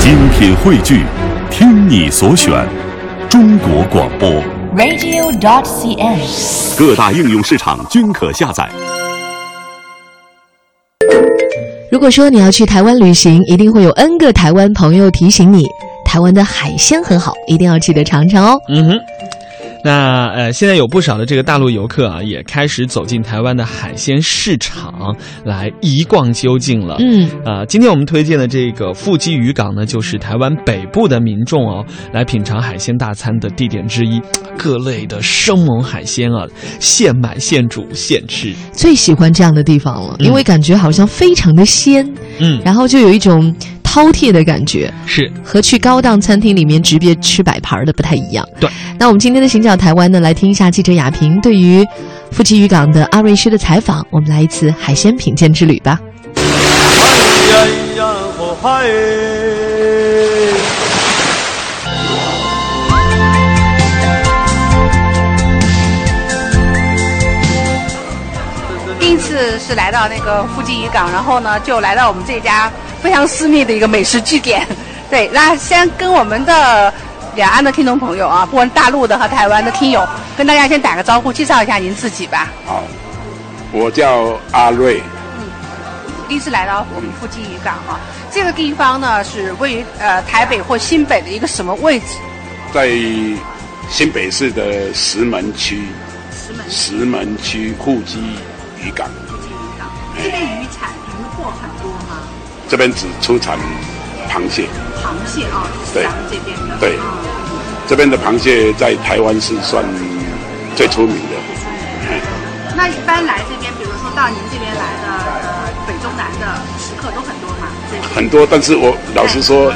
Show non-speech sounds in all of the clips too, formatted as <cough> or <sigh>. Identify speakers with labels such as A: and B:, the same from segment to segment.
A: 精品汇聚，听你所选，中国广播。
B: radio.cn
A: 各大应用市场均可下载。
C: 如果说你要去台湾旅行，一定会有 N 个台湾朋友提醒你，台湾的海鲜很好，一定要记得尝尝哦。
D: 嗯哼，那呃，现在有不少的这个大陆游客啊，也开始走进台湾的海鲜市场来一逛究竟了。
C: 嗯，
D: 啊、今天我们推荐的这个富基渔港呢，就是台湾北部的民众哦来品尝海鲜大餐的地点之一，各类的生猛海鲜啊，现买现煮现吃。
C: 最喜欢这样的地方了，
D: 嗯
C: 因为感觉好像非常的鲜，
D: 嗯，
C: 然后就有一种饕餮的感觉。
D: 是，
C: 和去高档餐厅里面直接吃摆盘儿的不太一样。
D: 对，
C: 那我们今天的行脚台湾呢，来听一下记者雅萍对于夫妻渔港的阿瑞师的采访，我们来一次海鲜品鉴之旅吧。
E: 哎呀呀，我嗨！
F: 第一次是来到那个附近渔港，然后呢，就来到我们这家非常私密的一个美食据点。对，那先跟我们的两岸的听众朋友啊，不管大陆的和台湾的听友，跟大家先打个招呼，介绍一下您自己吧。
G: 好，我叫阿瑞，
F: 第一次来到我们附近渔港啊，这个地方呢是位于呃台北或新北的一个什么位置？
G: 在新北市的石门区，
F: 石门
G: 石门区户基渔港
F: 附近渔港，这边渔产你们货很多吗？
G: 这边只出产螃蟹，
F: 螃蟹啊，
G: 对咱们
F: 这边的
G: 对啊这边的螃蟹在台湾是算最出名的。
F: 那一般来这边，比如说到您这边来的呃北中南的食客都很多嘛？这边
G: 很多，但是我老实说，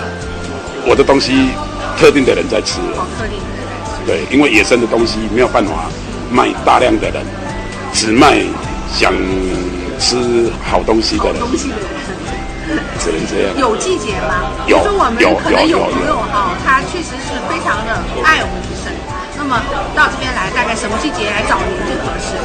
G: 我的东西特定的人在吃，
F: 好特定的人来吃
G: 对，因为野生的东西没有办法卖大量的人，只卖想吃好东西的人，
F: 东西的人。
G: 只能这样。
F: 有季节吗？
G: 有
F: 比如说我们
G: 有
F: 可能
G: 有有
F: 朋友哈，他确实是非常的爱我们自身。那么到这边来，大概什么季节来找您最合适？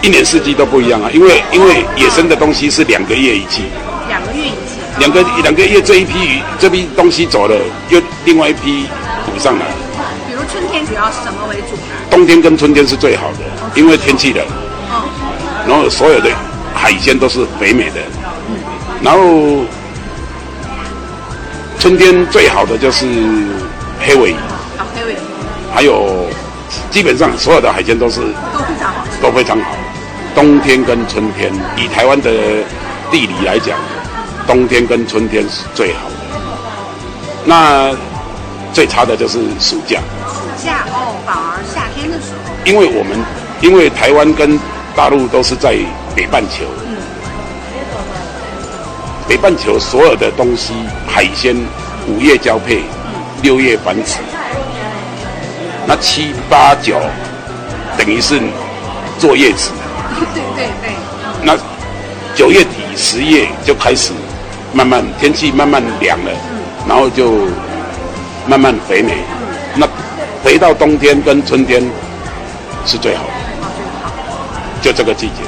G: 一年四季都不一样啊，因为因为野生的东西是两个月一季，
F: 两个月一次。
G: 两个两个月这一批鱼这批东西走了，又另外一批补上来。
F: 比如春天主要是什么为主呢？
G: 冬天跟春天是最好的，因为天气冷，然后所有的海鲜都是肥美的，然后春天最好的就是黑尾鱼，
F: 啊，黑尾鱼
G: 还有基本上所有的海鲜都是
F: 都非常好吃。
G: 都非常好。冬天跟春天，以台湾的地理来讲，冬天跟春天是最好的。那最差的就是暑假，
F: 暑假哦，反而夏天的时候。
G: 因为我们因为台湾跟大陆都是在北半球，北半球所有的东西，海鲜五月交配，六月繁殖，那七八九等于是坐月子。
F: 对对对，
G: 那九月底十月就开始慢慢天气慢慢凉了，然后就慢慢肥美。那回到冬天跟春天是最好的，
F: 哦，最好。
G: 就这个季节。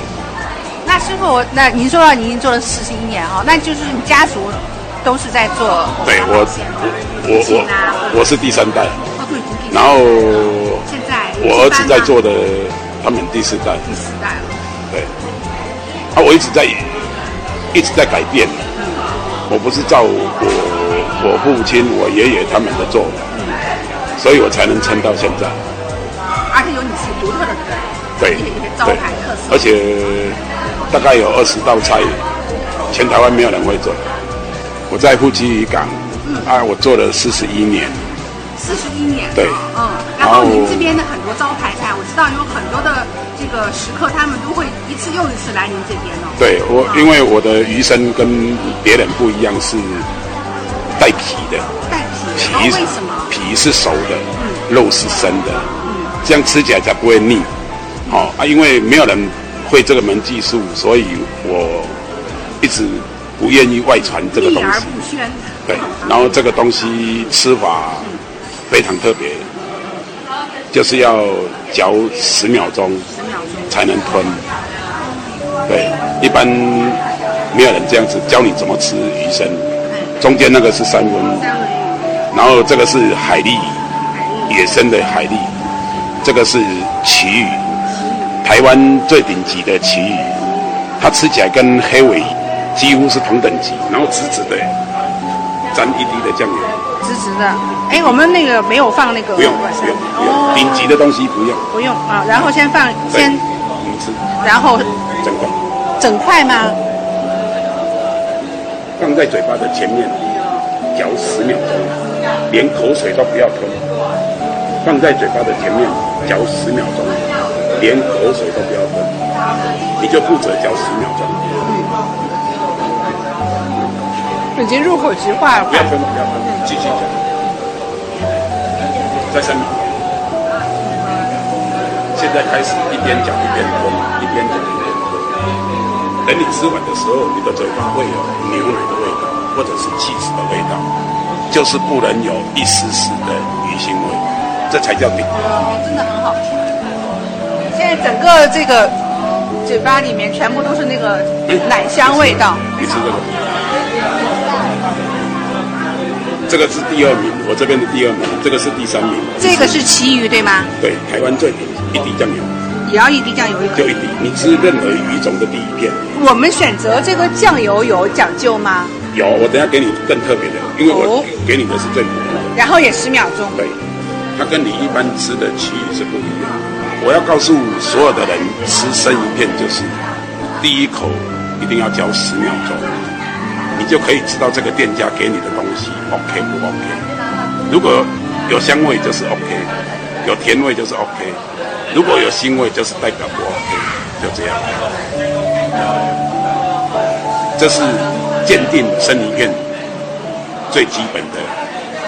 F: 那师傅，那您说到您做了四十一年啊、那就是你家族都是在做
G: 对我我
F: 父亲啊
G: 我我是第三代，
F: 哦对已经第四代了
G: 然后
F: 现在
G: 我儿子在做
F: 第
G: 的，他们第四代。
F: 四代了，
G: 对，啊，我一直在一直在改变，我不是照我我父亲、我爷爷他们的做法，所以我才能撑到现在。
F: 而且有你自己独特的个
G: 对
F: 人，一个招
G: 对
F: 牌特，色。
G: 而且大概有二十道菜，全台湾没有人会做。我在夫妻渔港，
F: 嗯
G: 啊，我做了四十一年，
F: 四十一年了，
G: 对
F: 嗯，然
G: 然后
F: 后您这边的很多招牌菜，我知道有很多的这个食客，他们都会一次又一次来您这边哦。
G: 对我
F: 啊，
G: 因为我的鱼身跟别人不一样，是带皮的。
F: 带皮，然后
G: 皮
F: 为什么？嗯
G: 皮是熟的，肉是生的，这样吃起来才不会腻。好、啊，因为没有人会这个门技术，所以我一直不愿意外传这个
F: 秘
G: 东
F: 而
G: 西。
F: 不宣。
G: 对，然后这个东西吃法非常特别，就是要嚼十秒钟才能吞。对，一般没有人这样子教你怎么吃鱼生。
F: 嗯
G: 中间那个是三文鱼，
F: 三文鱼、
G: 然后这个是海蛎，
F: 海蛎、
G: 野生的海蛎，这个是旗鱼，台湾最顶级的旗鱼，它吃起来跟黑尾鱼几乎是同等级，然后直直的，沾一滴的酱油，
F: 直直的。哎，我们那个没有放那个
G: 不用不用不用，顶级
F: 哦，
G: 的东西不用，
F: 不用啊。然后先放
G: 对，
F: 先，
G: 我们吃
F: 然后
G: 整个
F: 整块吗？
G: 放在嘴巴的前面，嚼十秒钟，连口水都不要吞，放在嘴巴的前面嚼十秒钟，连口水都不要吞，你就负责嚼十秒钟，
F: 已经入口即化
G: 不要吞，不要吞，继续嚼，再三秒钟。现在开始一边嚼一边吞，一边嚼一边吞。等你吃完的时候，哦你的嘴巴会有牛奶的味道，或者是气死的味道，就是不能有一丝丝的鱼腥味，这才叫顶。
F: 哦，真的很好吃。现在整个这个嘴巴里面全部都是那个奶香味道。
G: 你吃这个，这个是第二名，我这边的第二名，这个是第三名。
F: 这个是旗鱼对吗？
G: 对台湾最顶级一滴酱油，
F: 也要一滴酱油一口
G: 就。一滴。你吃任何鱼种的第一片，
F: 我们选择这个酱油有讲究吗？
G: 有我等一下给你更特别的，因为我
F: 哦
G: 给你的是最普通的。
F: 然后也十秒钟。
G: 对，它跟你一般吃的旗鱼是不一样。我要告诉所有的人，吃生鱼片就是第一口一定要嚼十秒钟，你就可以知道这个店家给你的东西 OK 不 OK。如果有香味就是 OK，有甜味就是 OK，如果有腥味就是代表不 OK，就这样。这是鉴定生鱼片最基本的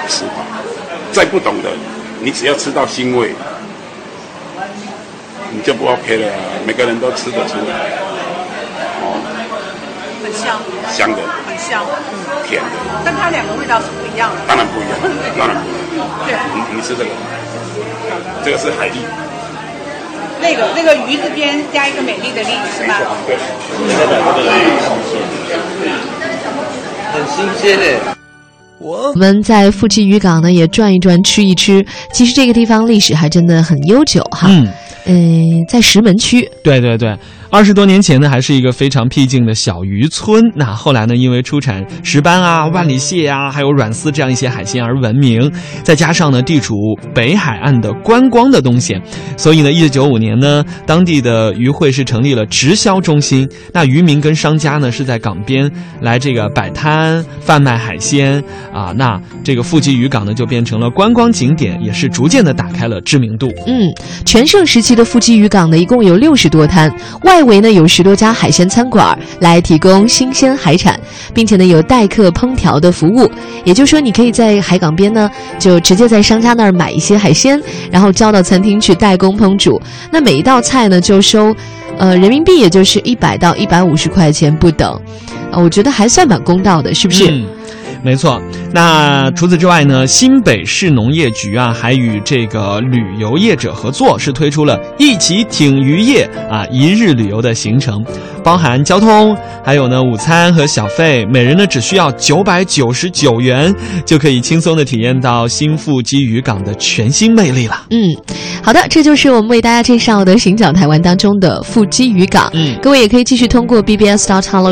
G: 吃法。再不懂的，你只要吃到腥味，你就不 OK 了、啊。每个人都吃得出来，
F: 很香，
G: 香的、
F: 很香。嗯，
G: 甜的，
F: 但它两个味道是不一样的。
G: 当然不一样，当然不一样。
F: 对，
G: 你你吃这个，这个是海蛎，
F: 那个那个鱼字边加一个美丽的丽是吗？
G: 对，
B: 很新鲜嘞。
D: 我
C: 我们在富基渔港呢也转一转，吃一吃。其实这个地方历史还真的很悠久哈。
D: 嗯。
C: 嗯、在石门区，
D: 对对对，二十多年前呢，还是一个非常僻静的小渔村。那后来呢，因为出产石斑啊、万里蟹啊，还有软丝这样一些海鲜而闻名。再加上呢，地处北海岸的观光的东西，所以呢，一九九五年呢，当地的渔会是成立了直销中心。那渔民跟商家呢，是在港边来这个摆摊贩卖海鲜啊。那这个富集渔港呢，就变成了观光景点，也是逐渐的打开了知名度。
C: 嗯，全盛时期的富基渔港呢，一共有六十多摊，外围呢有十多家海鲜餐馆儿来提供新鲜海产，并且呢有代客烹调的服务。也就是说，你可以在海港边呢，就直接在商家那儿买一些海鲜，然后交到餐厅去代工烹煮。那每一道菜呢，就收，呃，人民币也就是一百到一百五十块钱不等，呃我觉得还算蛮公道的，是不是？
D: 嗯没错，那除此之外呢，新北市农业局啊，还与这个旅游业者合作，是推出了一起挺渔业啊一日旅游的行程，包含交通，还有呢午餐和小费，每人呢只需要九百九十九元，就可以轻松的体验到新富基渔港的全新魅力了。
C: 嗯，好的，这就是我们为大家介绍的《行脚台湾》当中的腹肌渔港。
D: 嗯
C: 各位也可以继续通过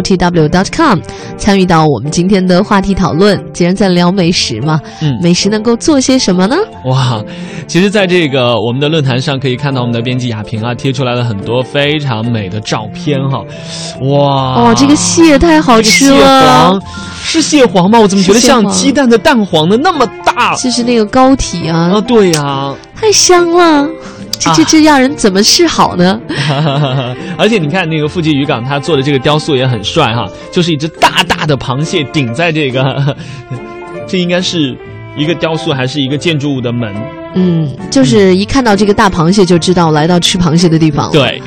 C: bbs.hello.tw.com 参与到我们今天的话题讨论。既然在聊美食嘛，
D: 嗯
C: 美食能够做些什么呢？
D: 哇，其实，在这个我们的论坛上可以看到，我们的编辑亚萍啊贴出来了很多非常美的照片哈、哇，
C: 哦，这个蟹太好吃
D: 啊这个蟹
C: 了
D: 黄，是蟹黄吗？我怎么觉得
C: 是蟹黄
D: 像鸡蛋的蛋黄呢？那么大
C: 就是那个膏体啊，
D: 啊！对呀、
C: 太香了。这这
D: 啊
C: 这让人怎么是好呢？
D: <laughs> 而且你看那个富集渔港，他做的这个雕塑也很帅哈，就是一只大大的螃蟹顶在这个， <laughs> 这应该是一个雕塑还是一个建筑物的门？
C: 嗯，就是一看到这个大螃蟹就知道来到吃螃蟹的地方了。
D: 对。